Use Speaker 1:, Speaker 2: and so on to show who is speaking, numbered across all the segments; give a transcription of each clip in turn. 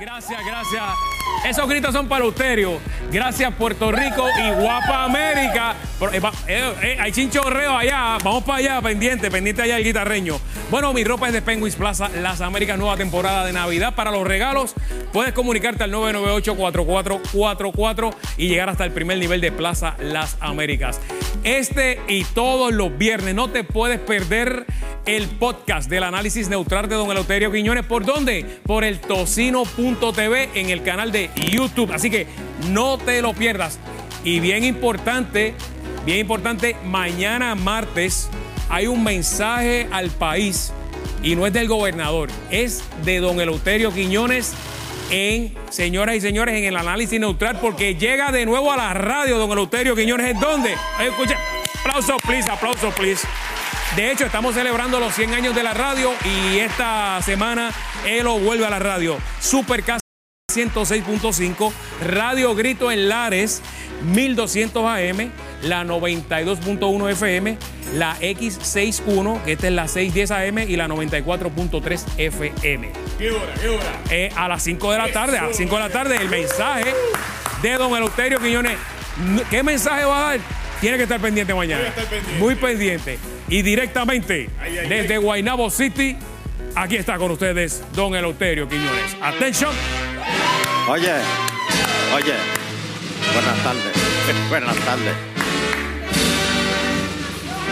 Speaker 1: Gracias, gracias. Esos gritos son para Uterio. Gracias, Puerto Rico y Guapa América. Pero, eh, va- eh, eh, hay chinchorreo allá. Vamos para allá, pendiente, pendiente allá el guitarreño. Bueno, mi ropa es de Penguins Plaza, Las Américas, nueva temporada de Navidad. Para los regalos, puedes comunicarte al 998-4444 y llegar hasta el primer nivel de Plaza Las Américas. Este y todos los viernes, no te puedes perder el podcast del análisis neutral de don Eleuterio Quiñones. ¿Por dónde? Por el tocino.tv en el canal de YouTube. Así que no te lo pierdas. Y bien importante, bien importante, mañana martes hay un mensaje al país y no es del gobernador, es de don Eleuterio Quiñones en, señoras y señores, en el análisis neutral, porque llega de nuevo a la radio don Eleuterio Quiñones. ¿En dónde? Eh, Escucha, aplausos, please, aplausos, please. De hecho, estamos celebrando los 100 años de la radio y esta semana Elo vuelve a la radio. Supercasa 106.5, Radio Grito en Lares, 1200 AM, la 92.1 FM, la X61, que esta es la 610 AM y la 94.3 FM.
Speaker 2: ¿Qué hora? ¿Qué hora?
Speaker 1: Eh, a las 5 de la tarde, a las 5 de la tarde, el mensaje de don Eleuterio Quiñones. N- ¿Qué mensaje va a dar? Tiene que estar pendiente mañana.
Speaker 2: Voy a estar pendiente.
Speaker 1: Muy pendiente. Y directamente
Speaker 2: Ay, ay,
Speaker 1: desde
Speaker 2: ay.
Speaker 1: Guaynabo City, aquí está con ustedes don Eleuterio Quiñones. Atención.
Speaker 3: Oye, oye, buenas tardes, buenas tardes.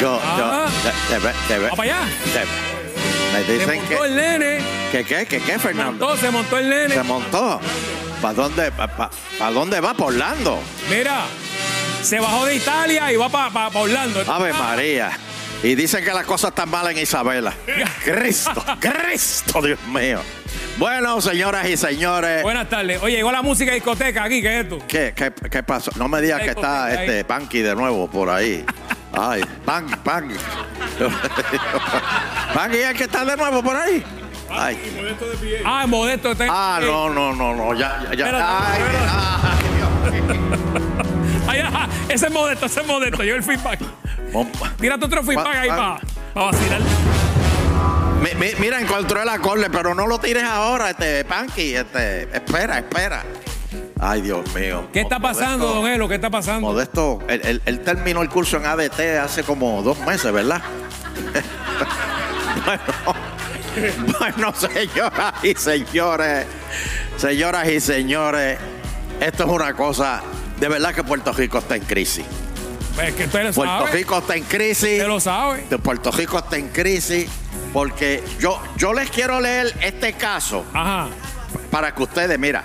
Speaker 3: Yo,
Speaker 1: Ah.
Speaker 3: yo, te, ve, te ve.
Speaker 1: Va para allá.
Speaker 3: te- me
Speaker 1: Se
Speaker 3: dicen
Speaker 1: montó el
Speaker 3: que,
Speaker 1: nene.
Speaker 3: que, que, que, que, Fernando,
Speaker 1: Montó, se montó el nene.
Speaker 3: se montó. ¿Para dónde, pa, pa- pa dónde va? ¿Por Orlando?
Speaker 1: Mira, se bajó de Italia y va para Orlando. Ah,
Speaker 3: Ave María. Y dicen que las cosas están malas en Isabela. Cristo, Cristo, Dios mío. Bueno, señoras y señores,
Speaker 1: Buenas tardes. Oye, llegó la música discoteca aquí, ¿qué es esto?
Speaker 3: ¿Qué, qué, qué pasó? No me digas
Speaker 1: Ay,
Speaker 3: que está
Speaker 1: contenta,
Speaker 3: este Panky de nuevo por ahí. Ay, Pan, Pan. Panky es el que está de nuevo por ahí. Ay.
Speaker 2: Modesto de pie.
Speaker 1: Ah, modesto. está-
Speaker 3: Ah,
Speaker 1: eh,
Speaker 3: no, no, no, no. Ya, ya, ya.
Speaker 1: Espérate,
Speaker 3: Ay,
Speaker 1: espérate.
Speaker 3: ay, Dios.
Speaker 1: Ay, ajá, ese es modesto, ese es modesto. Yo el feedback.
Speaker 3: Bomba.
Speaker 1: Tírate otro feedback ahí
Speaker 3: pa-
Speaker 1: para vacilar.
Speaker 3: Mi- mi- mira, encontré el acorde, pero no lo tires ahora, este Panky. Este, espera, espera. Ay, Dios mío.
Speaker 1: ¿Qué está pasando,
Speaker 3: Modesto-
Speaker 1: don Elo? ¿Qué está pasando?
Speaker 3: Modesto, él, él- él terminó el curso en ADT hace como dos meses, ¿verdad? bueno, bueno, señoras y señores, señoras y señores, esto es una cosa, de verdad que Puerto Rico está en crisis.
Speaker 1: Pues que usted lo
Speaker 3: Puerto
Speaker 1: sabe.
Speaker 3: Rico está en crisis
Speaker 1: Usted lo sabe.
Speaker 3: de Puerto Rico está en crisis porque yo, yo les quiero leer este caso
Speaker 1: Ajá.
Speaker 3: para que ustedes, mira,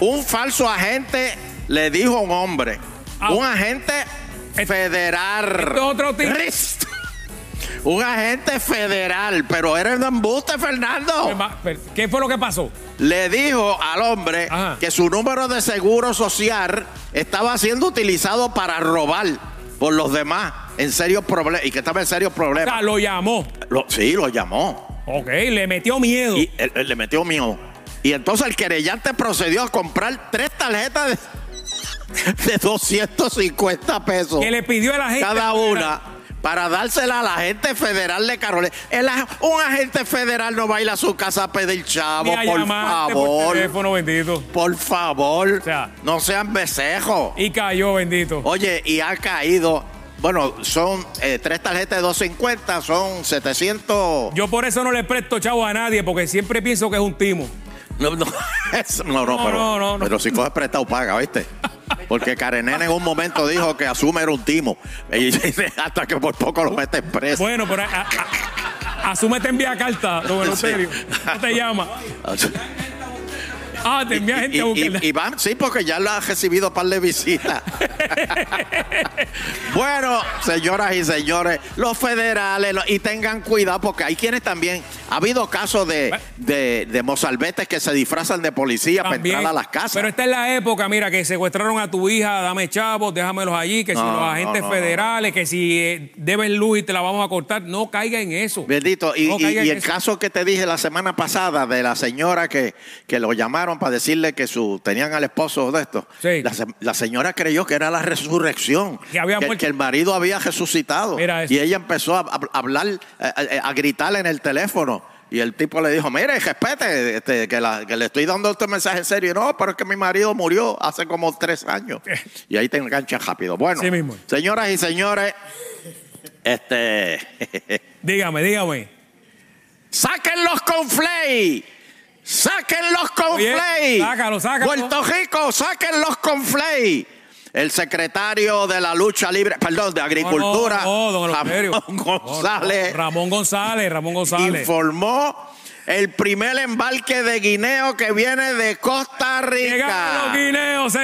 Speaker 3: un falso agente le dijo a un hombre,
Speaker 1: Ah.
Speaker 3: un agente
Speaker 1: Et-
Speaker 3: federal.
Speaker 1: esto es otro tipo.
Speaker 3: Cristo. Un agente federal, pero era un embuste, Fernando.
Speaker 1: Pues va- pero, ¿Qué fue lo que pasó?
Speaker 3: Le dijo al hombre
Speaker 1: Ajá.
Speaker 3: que su número de seguro social estaba siendo utilizado para robar por los demás en serios problemas y que estaba en serios
Speaker 1: O
Speaker 3: problemas.
Speaker 1: sea, Ah, lo llamó.
Speaker 3: Lo- sí, lo llamó.
Speaker 1: Ok, le metió miedo.
Speaker 3: Y él- él le metió mío. Y entonces el querellante procedió a comprar tres tarjetas de, de 250 pesos
Speaker 1: que le pidió a la gente.
Speaker 3: cada una para dársela al agente federal de Carolina. El ag- un agente federal no va a ir a su casa a pedir chavo,
Speaker 1: a
Speaker 3: por
Speaker 1: llamarte por
Speaker 3: favor.
Speaker 1: teléfono, bendito.
Speaker 3: Por favor,
Speaker 1: sea-
Speaker 3: no sean besejos.
Speaker 1: Y cayó, bendito.
Speaker 3: Oye, y ha caído. Bueno, son eh, tres tarjetas de 250, son 700.
Speaker 1: Yo por eso no le presto chavo a nadie, porque siempre pienso que es un timo.
Speaker 3: No, no, es- no, no,
Speaker 1: No,
Speaker 3: pero,
Speaker 1: no, no, no.
Speaker 3: pero si coges prestado paga, ¿viste? Porque Karenena en un momento dijo que Asume era un timo. Y hasta que por poco lo meten preso.
Speaker 1: Bueno, pero a- a- a- asume te envía carta, don
Speaker 3: Sí.
Speaker 1: Eleuterio. No te llama. Ah, te envía gente
Speaker 3: y,
Speaker 1: a buscarla.
Speaker 3: y- y van, sí, porque ya lo ha recibido par de visitas. bueno, señoras y señores, los federales, lo- y tengan cuidado, porque hay quienes también. Ha habido casos de, de, de mozalbetes que se disfrazan de policía
Speaker 1: También.
Speaker 3: para entrar a las casas.
Speaker 1: Pero esta es la época, mira, que secuestraron a tu hija, dame chavos, déjamelos allí, que si
Speaker 3: No,
Speaker 1: los
Speaker 3: no,
Speaker 1: agentes
Speaker 3: no, no.
Speaker 1: federales, que si eh, debes luz y te la vamos a cortar, no caiga en eso.
Speaker 3: Bendito, y,
Speaker 1: No
Speaker 3: y-
Speaker 1: caiga
Speaker 3: y
Speaker 1: en
Speaker 3: el
Speaker 1: eso.
Speaker 3: caso que te dije la semana pasada de la señora que, que lo llamaron para decirle que su tenían al esposo de esto,
Speaker 1: Sí.
Speaker 3: la, se- la señora creyó que era la resurrección,
Speaker 1: Que había muerto.
Speaker 3: el marido había resucitado.
Speaker 1: Mira eso.
Speaker 3: Y ella empezó a, a- a hablar, a, a- a gritar en el teléfono. Y el tipo le dijo, mire, respete, este, que, la- que le estoy dando este mensaje en serio. Y, no, pero es que mi marido murió hace como tres años. Y ahí te enganchan rápido. Bueno,
Speaker 1: Eh. Sí mismo.
Speaker 3: señoras y señores, este,
Speaker 1: Dígame, dígame.
Speaker 3: saquen los conflay. Saquen los
Speaker 1: Oye,
Speaker 3: conflay.
Speaker 1: sácalo, sácalo.
Speaker 3: Puerto Rico, saquen los conflay. El secretario de la lucha libre, perdón, de agricultura,
Speaker 1: No, no, no, don Eleuterio.
Speaker 3: Ramón
Speaker 1: No, no,
Speaker 3: González,
Speaker 1: Ramón González, Ramón González.
Speaker 3: informó el primer embarque de guineo que viene de Costa
Speaker 1: Llegaron los
Speaker 3: Rica.
Speaker 1: guineos,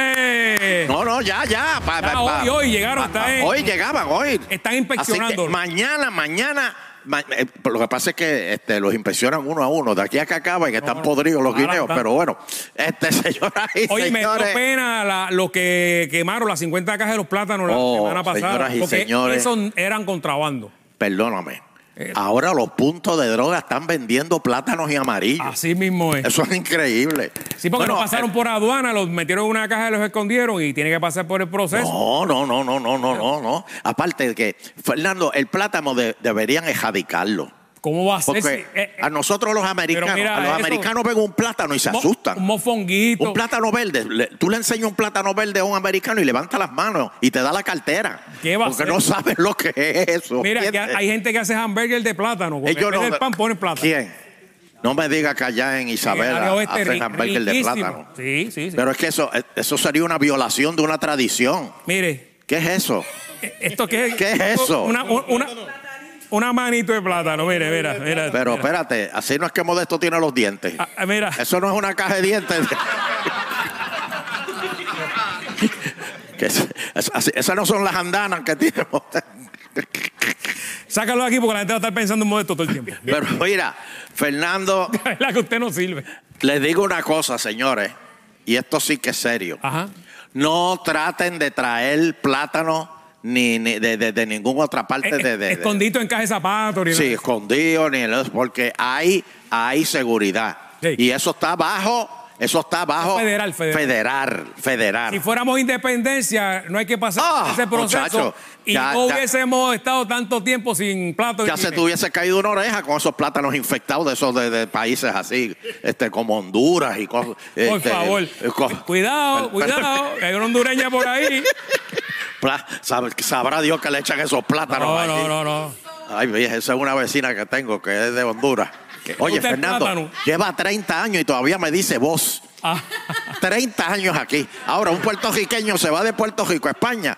Speaker 1: señores.
Speaker 3: No, no, ya, ya.
Speaker 1: Ya,
Speaker 3: pa- pa- pa-
Speaker 1: Ah, hoy, hoy llegaron,
Speaker 3: pa- pa-
Speaker 1: está en-
Speaker 3: hoy llegaban, hoy.
Speaker 1: Están
Speaker 3: Así que
Speaker 1: inspeccionando.
Speaker 3: mañana, mañana. ma- eh, lo que pasa es que este, los inspeccionan uno a uno. De aquí a que acaban, que están
Speaker 1: no,
Speaker 3: podridos los
Speaker 1: ahora
Speaker 3: guineos.
Speaker 1: están.
Speaker 3: Pero bueno, este, señoras y
Speaker 1: Oye, me dio
Speaker 3: señores.
Speaker 1: pena la- lo que quemaron las 50 cajas de los plátanos
Speaker 3: Oh,
Speaker 1: la semana pasada.
Speaker 3: señoras y
Speaker 1: porque
Speaker 3: señores.
Speaker 1: esos eran contrabando.
Speaker 3: Perdóname.
Speaker 1: Eh.
Speaker 3: Ahora los puntos de droga están vendiendo plátanos y amarillos.
Speaker 1: Así mismo es.
Speaker 3: Eso es increíble.
Speaker 1: Ah, Sí, porque
Speaker 3: Bueno, eh,
Speaker 1: no pasaron por aduana, los metieron en una caja y los escondieron y tiene que pasar por el proceso.
Speaker 3: No, no, no, no, no, no, no, no. Aparte de que, Fernando, el plátano de- deberían erradicarlo.
Speaker 1: ¿Cómo va a ser?
Speaker 3: Porque
Speaker 1: si- eh, eh,
Speaker 3: a nosotros los americanos,
Speaker 1: mira
Speaker 3: a los
Speaker 1: eso.
Speaker 3: americanos ven un plátano y se
Speaker 1: mo-
Speaker 3: asustan.
Speaker 1: Un mofonguito.
Speaker 3: Un plátano verde, le- tú le enseñas un plátano verde a un americano y levanta las manos y te da la cartera.
Speaker 1: ¿Qué va a
Speaker 3: porque
Speaker 1: hacer?
Speaker 3: no sabes lo que es eso.
Speaker 1: Mira, que
Speaker 3: ¿entiendes?
Speaker 1: hay gente que hace hamburger de plátano. porque
Speaker 3: Ellos
Speaker 1: en vez
Speaker 3: no-
Speaker 1: del pan ponen plátano.
Speaker 3: ¿Quién? No me diga que allá en
Speaker 1: En el
Speaker 3: Isabela
Speaker 1: área oeste,
Speaker 3: hacen
Speaker 1: ri-
Speaker 3: hamburger de
Speaker 1: riquísimo.
Speaker 3: plátano.
Speaker 1: Sí, sí, sí.
Speaker 3: Pero es que eso, eh, eso sería una violación de una tradición.
Speaker 1: Mire,
Speaker 3: ¿Qué es eso?
Speaker 1: eh, ¿esto qué es?
Speaker 3: ¿Qué es eso?
Speaker 1: Una, una, una manito de plátano. Mire, mira, mira.
Speaker 3: Pero
Speaker 1: mira.
Speaker 3: espérate, así no es que Modesto tiene los dientes.
Speaker 1: Ah, ah, mira.
Speaker 3: Eso no es una caja de dientes. Que es- es- así- esas no son las andanas que tiene Modesto.
Speaker 1: Sácalo de aquí porque la gente va a estar pensando en modesto todo el tiempo.
Speaker 3: Pero mira, Fernando,
Speaker 1: Es la que usted no sirve.
Speaker 3: les digo una cosa, señores, y esto sí que es serio.
Speaker 1: Ajá.
Speaker 3: No traten de traer plátano ni, ni de, de- de ninguna otra parte
Speaker 1: Eh,
Speaker 3: de,
Speaker 1: eh,
Speaker 3: de- de-
Speaker 1: escondito en caja de zapatos. ni
Speaker 3: Sí,
Speaker 1: nada.
Speaker 3: escondido, ni el- porque hay, hay seguridad.
Speaker 1: Sí.
Speaker 3: Y eso está bajo, eso está bajo
Speaker 1: Federal, federal.
Speaker 3: federal, federal.
Speaker 1: Si fuéramos independencia, no hay que pasar
Speaker 3: Ah,
Speaker 1: por ese proceso.
Speaker 3: muchacho,
Speaker 1: y
Speaker 3: ya-
Speaker 1: no
Speaker 3: ya-
Speaker 1: hubiésemos estado tanto tiempo sin plato. y
Speaker 3: ya se
Speaker 1: guineo.
Speaker 3: te hubiese caído una oreja con esos plátanos infectados de esos de, de países así, este, como Honduras y cosas.
Speaker 1: Por
Speaker 3: este,
Speaker 1: favor.
Speaker 3: eh, co-
Speaker 1: Cuidado,
Speaker 3: per-
Speaker 1: cuidado. que Hay una hondureña por ahí.
Speaker 3: Pla- sab- sabrá Dios que le echan esos plátanos.
Speaker 1: No,
Speaker 3: allí.
Speaker 1: no, no, no.
Speaker 3: Ay, mija, esa es una vecina que tengo que es de Honduras.
Speaker 1: Usted
Speaker 3: Oye,
Speaker 1: es
Speaker 3: Fernando,
Speaker 1: plátano.
Speaker 3: lleva 30 años y todavía me dice vos.
Speaker 1: Ah,
Speaker 3: 30 años aquí. Ahora, un puertorriqueño se va de Puerto Rico a España.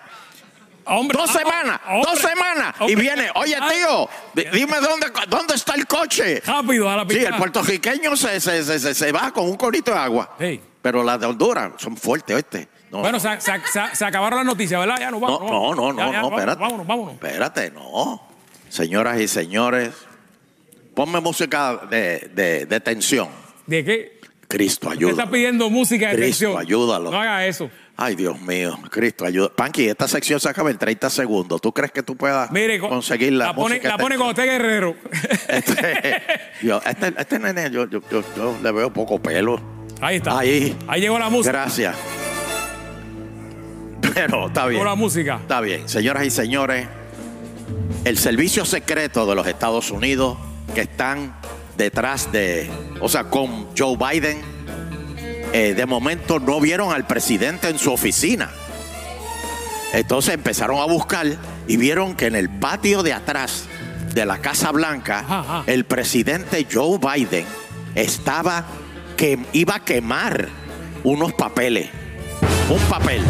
Speaker 1: hombre,
Speaker 3: Dos
Speaker 1: ah,
Speaker 3: semanas,
Speaker 1: hombre,
Speaker 3: dos semanas. Y
Speaker 1: hombre.
Speaker 3: viene, oye,
Speaker 1: Ah,
Speaker 3: tío, di- dime dónde, dónde está el coche.
Speaker 1: Rápido a la
Speaker 3: Sí,
Speaker 1: pista.
Speaker 3: el puertorriqueño se, se, se, se- se va con un corito de agua.
Speaker 1: Sí.
Speaker 3: Pero las de Honduras son fuertes, ¿oíste? No,
Speaker 1: Bueno, se, se- se- se acabaron las noticias, ¿verdad? Ya nos
Speaker 3: no,
Speaker 1: vamos. nos
Speaker 3: no,
Speaker 1: vamos.
Speaker 3: no, no,
Speaker 1: Ya, ya,
Speaker 3: no,
Speaker 1: vámonos,
Speaker 3: espérate.
Speaker 1: Vámonos, vámonos.
Speaker 3: Espérate, no. Señoras y señores, ponme música de, de, de tensión.
Speaker 1: ¿De qué?
Speaker 3: Cristo,
Speaker 1: Usted está
Speaker 3: ayuda.
Speaker 1: pidiendo música de
Speaker 3: Cristo,
Speaker 1: tensión.
Speaker 3: ayúdalo.
Speaker 1: No haga eso.
Speaker 3: Ay, Dios mío, Cristo, ayuda. Panqui, esta sección se acaba en 30 segundos. ¿Tú crees que tú puedas
Speaker 1: Mire, co-
Speaker 3: conseguir la,
Speaker 1: pone,
Speaker 3: música
Speaker 1: la
Speaker 3: de
Speaker 1: pone cuando
Speaker 3: tensión?
Speaker 1: usted es guerrero.
Speaker 3: Este, yo- este, este nene, yo, yo, yo- yo le veo poco pelo.
Speaker 1: Ahí está.
Speaker 3: Ahí.
Speaker 1: Ahí llegó la música.
Speaker 3: Gracias. Pero está bien.
Speaker 1: Llegó la música.
Speaker 3: Está bien, señoras y señores, el servicio secreto de los Estados Unidos que están detrás de, o sea, con Joe Biden, eh, de momento no vieron al presidente en su oficina. Entonces empezaron a buscar y vieron que en el patio de atrás de la Casa Blanca,
Speaker 1: Ajá, ajá.
Speaker 3: el presidente Joe Biden estaba que iba a quemar unos papeles, un papel.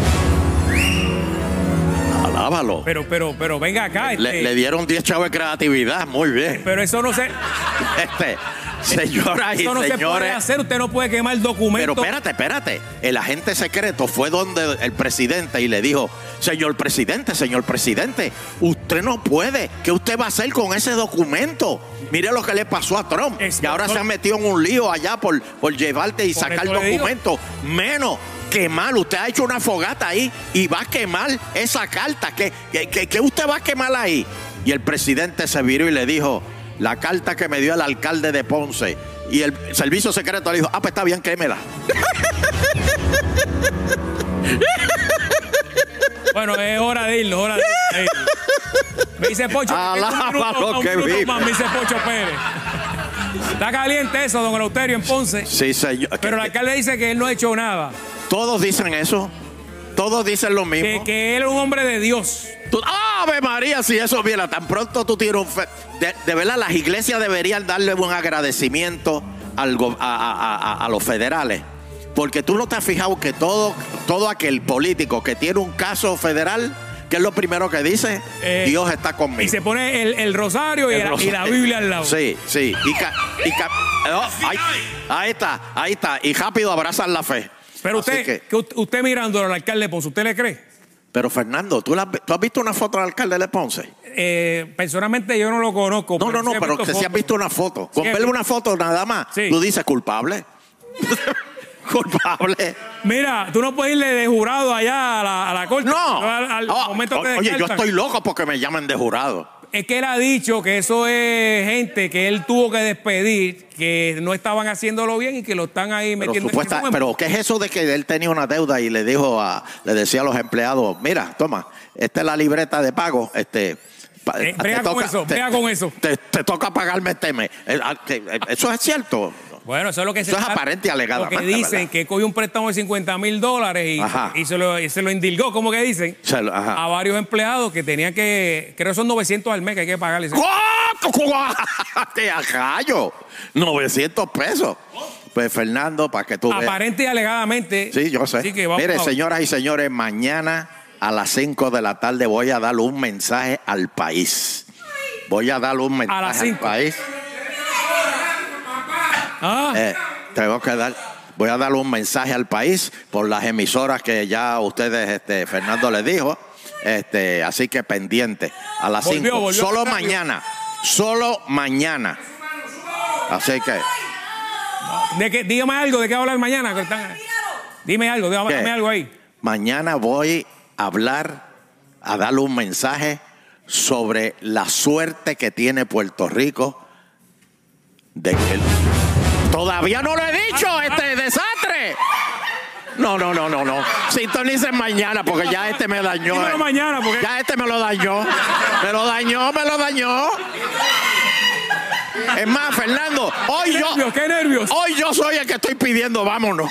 Speaker 3: Alábalo.
Speaker 1: Pero, pero, pero venga acá.
Speaker 3: Le,
Speaker 1: este,
Speaker 3: le dieron 10 chavos de creatividad, muy bien.
Speaker 1: pero eso no se,
Speaker 3: Este, señoras y
Speaker 1: eso no se puede
Speaker 3: señores.
Speaker 1: hacer. Usted no puede quemar el
Speaker 3: Pero
Speaker 1: documento.
Speaker 3: espérate, espérate. El agente secreto fue donde el presidente y le dijo, señor presidente, señor presidente, usted no puede. ¿Qué usted va a hacer con ese documento? Mire lo que le pasó a Trump.
Speaker 1: Es-
Speaker 3: que ahora
Speaker 1: no-
Speaker 3: se ha metido en un lío allá por, por llevarte y
Speaker 1: Por
Speaker 3: sacar
Speaker 1: eso le digo.
Speaker 3: documentos. Menos quemar. Usted ha hecho una fogata ahí y va a quemar esa carta. ¿Qué, qué- qué- qué usted va a quemar ahí? Y el presidente se viró y le dijo, la carta que me dio el alcalde de Ponce. Y el servicio secreto le dijo, ah, pues está bien, quémela.
Speaker 1: Bueno, es hora de irnos, hora de irnos. Me dice Pocho.
Speaker 3: Alábalo,
Speaker 1: un minuto, un
Speaker 3: que
Speaker 1: minuto
Speaker 3: vive.
Speaker 1: más, Me dice Pocho Pérez. Está caliente eso, don Eleuterio, en Ponce.
Speaker 3: Sí, señor.
Speaker 1: Pero el alcalde dice que él no ha hecho nada.
Speaker 3: Todos dicen eso. Todos dicen lo mismo.
Speaker 1: Que, que él es un hombre de Dios.
Speaker 3: Tú- ¡Ave María! Si eso viera, tan pronto tú tienes un. fe- De, de verdad, las iglesias deberían darle un agradecimiento al go- a, a- a- a- a los federales. Porque tú no te has fijado que todo, todo aquel político que tiene un caso federal, que es lo primero que dice,
Speaker 1: Eh,
Speaker 3: Dios está conmigo.
Speaker 1: Y se pone el, el rosario, y,
Speaker 3: El
Speaker 1: la,
Speaker 3: rosario.
Speaker 1: y la Biblia al lado.
Speaker 3: Sí, sí. Y ca- y ca- oh, ahí, ahí está, ahí está. Y rápido abrazan la fe.
Speaker 1: Pero
Speaker 3: Así
Speaker 1: usted,
Speaker 3: que-
Speaker 1: que u- usted mirándolo al alcalde de Ponce, ¿usted le cree?
Speaker 3: pero Fernando, ¿tú, la has vi- ¿tú has visto una foto del alcalde de Ponce?
Speaker 1: Eh, personalmente yo no lo conozco.
Speaker 3: No, no, no,
Speaker 1: sí he
Speaker 3: pero
Speaker 1: visto
Speaker 3: que si has
Speaker 1: fotos.
Speaker 3: visto una foto. Con
Speaker 1: he
Speaker 3: verle
Speaker 1: visto.
Speaker 3: una foto nada más,
Speaker 1: Sí.
Speaker 3: tú dices culpable. culpable.
Speaker 1: Mira, tú no puedes irle de jurado allá a la, a la corte.
Speaker 3: No.
Speaker 1: Al, al
Speaker 3: Oh,
Speaker 1: momento que
Speaker 3: o- oye, yo
Speaker 1: descartan.
Speaker 3: estoy loco porque me llaman de jurado.
Speaker 1: Es que él ha dicho que eso es gente que él tuvo que despedir, que no estaban haciéndolo bien y que lo están ahí
Speaker 3: Pero,
Speaker 1: metiendo en
Speaker 3: supuesta-
Speaker 1: el fuego.
Speaker 3: pero ¿qué es eso de que él tenía una deuda y le dijo a, le decía a los empleados, mira, toma, esta es la libreta de pago, este pa-
Speaker 1: Eh, brega con eso, brega con eso.
Speaker 3: Te, te toca pagarme este mes. Eh, ah, que, eh, Eso es cierto.
Speaker 1: Bueno, eso es lo que se
Speaker 3: Eso es
Speaker 1: está-
Speaker 3: aparente y
Speaker 1: Lo que
Speaker 3: alegadamente,
Speaker 1: dicen
Speaker 3: ¿verdad?
Speaker 1: que cogió un préstamo de 50 mil dólares y,
Speaker 3: Ajá.
Speaker 1: y se lo, y se lo indilgó, como que dicen,
Speaker 3: Se lo- ajá.
Speaker 1: a varios empleados que tenían que, creo que son 900 al mes que hay que pagarles.
Speaker 3: ¡Guau! ¡Guau! ¡Te ajayo! 900 pesos. Pues Fernando, para que tú veas.
Speaker 1: Aparente y alegadamente.
Speaker 3: Sí, yo sé.
Speaker 1: Así que vamos
Speaker 3: Mire,
Speaker 1: a-
Speaker 3: señoras y señores, mañana a las 5 de la tarde voy a dar un mensaje al país. Voy a dar un mensaje
Speaker 1: las
Speaker 3: al
Speaker 1: cinco.
Speaker 3: país.
Speaker 1: Ah,
Speaker 3: Eh, tengo que dar, voy a dar un mensaje al país por las emisoras que ya ustedes, este, Fernando les dijo. Este, así que pendiente a las
Speaker 1: Volvió,
Speaker 3: 5.
Speaker 1: volvió
Speaker 3: Solo
Speaker 1: rápido.
Speaker 3: mañana. Solo mañana. Así que.
Speaker 1: ¿de qué- dígame algo, ¿de qué hablar mañana? Que están- Dime algo, dígame,
Speaker 3: ¿Qué?
Speaker 1: dame algo ahí.
Speaker 3: Mañana voy a hablar, a darle un mensaje sobre la suerte que tiene Puerto Rico de que- Todavía no lo he dicho, este desastre. No, no, no, no, no. Sintonicen mañana porque ya este me dañó.
Speaker 1: Dímelo mañana, porque-
Speaker 3: Ya este me lo dañó. Me lo dañó, me lo dañó. Es más, Fernando, hoy
Speaker 1: ¡Qué
Speaker 3: yo,
Speaker 1: nervios, qué nervios!
Speaker 3: hoy yo soy el que estoy pidiendo, vámonos.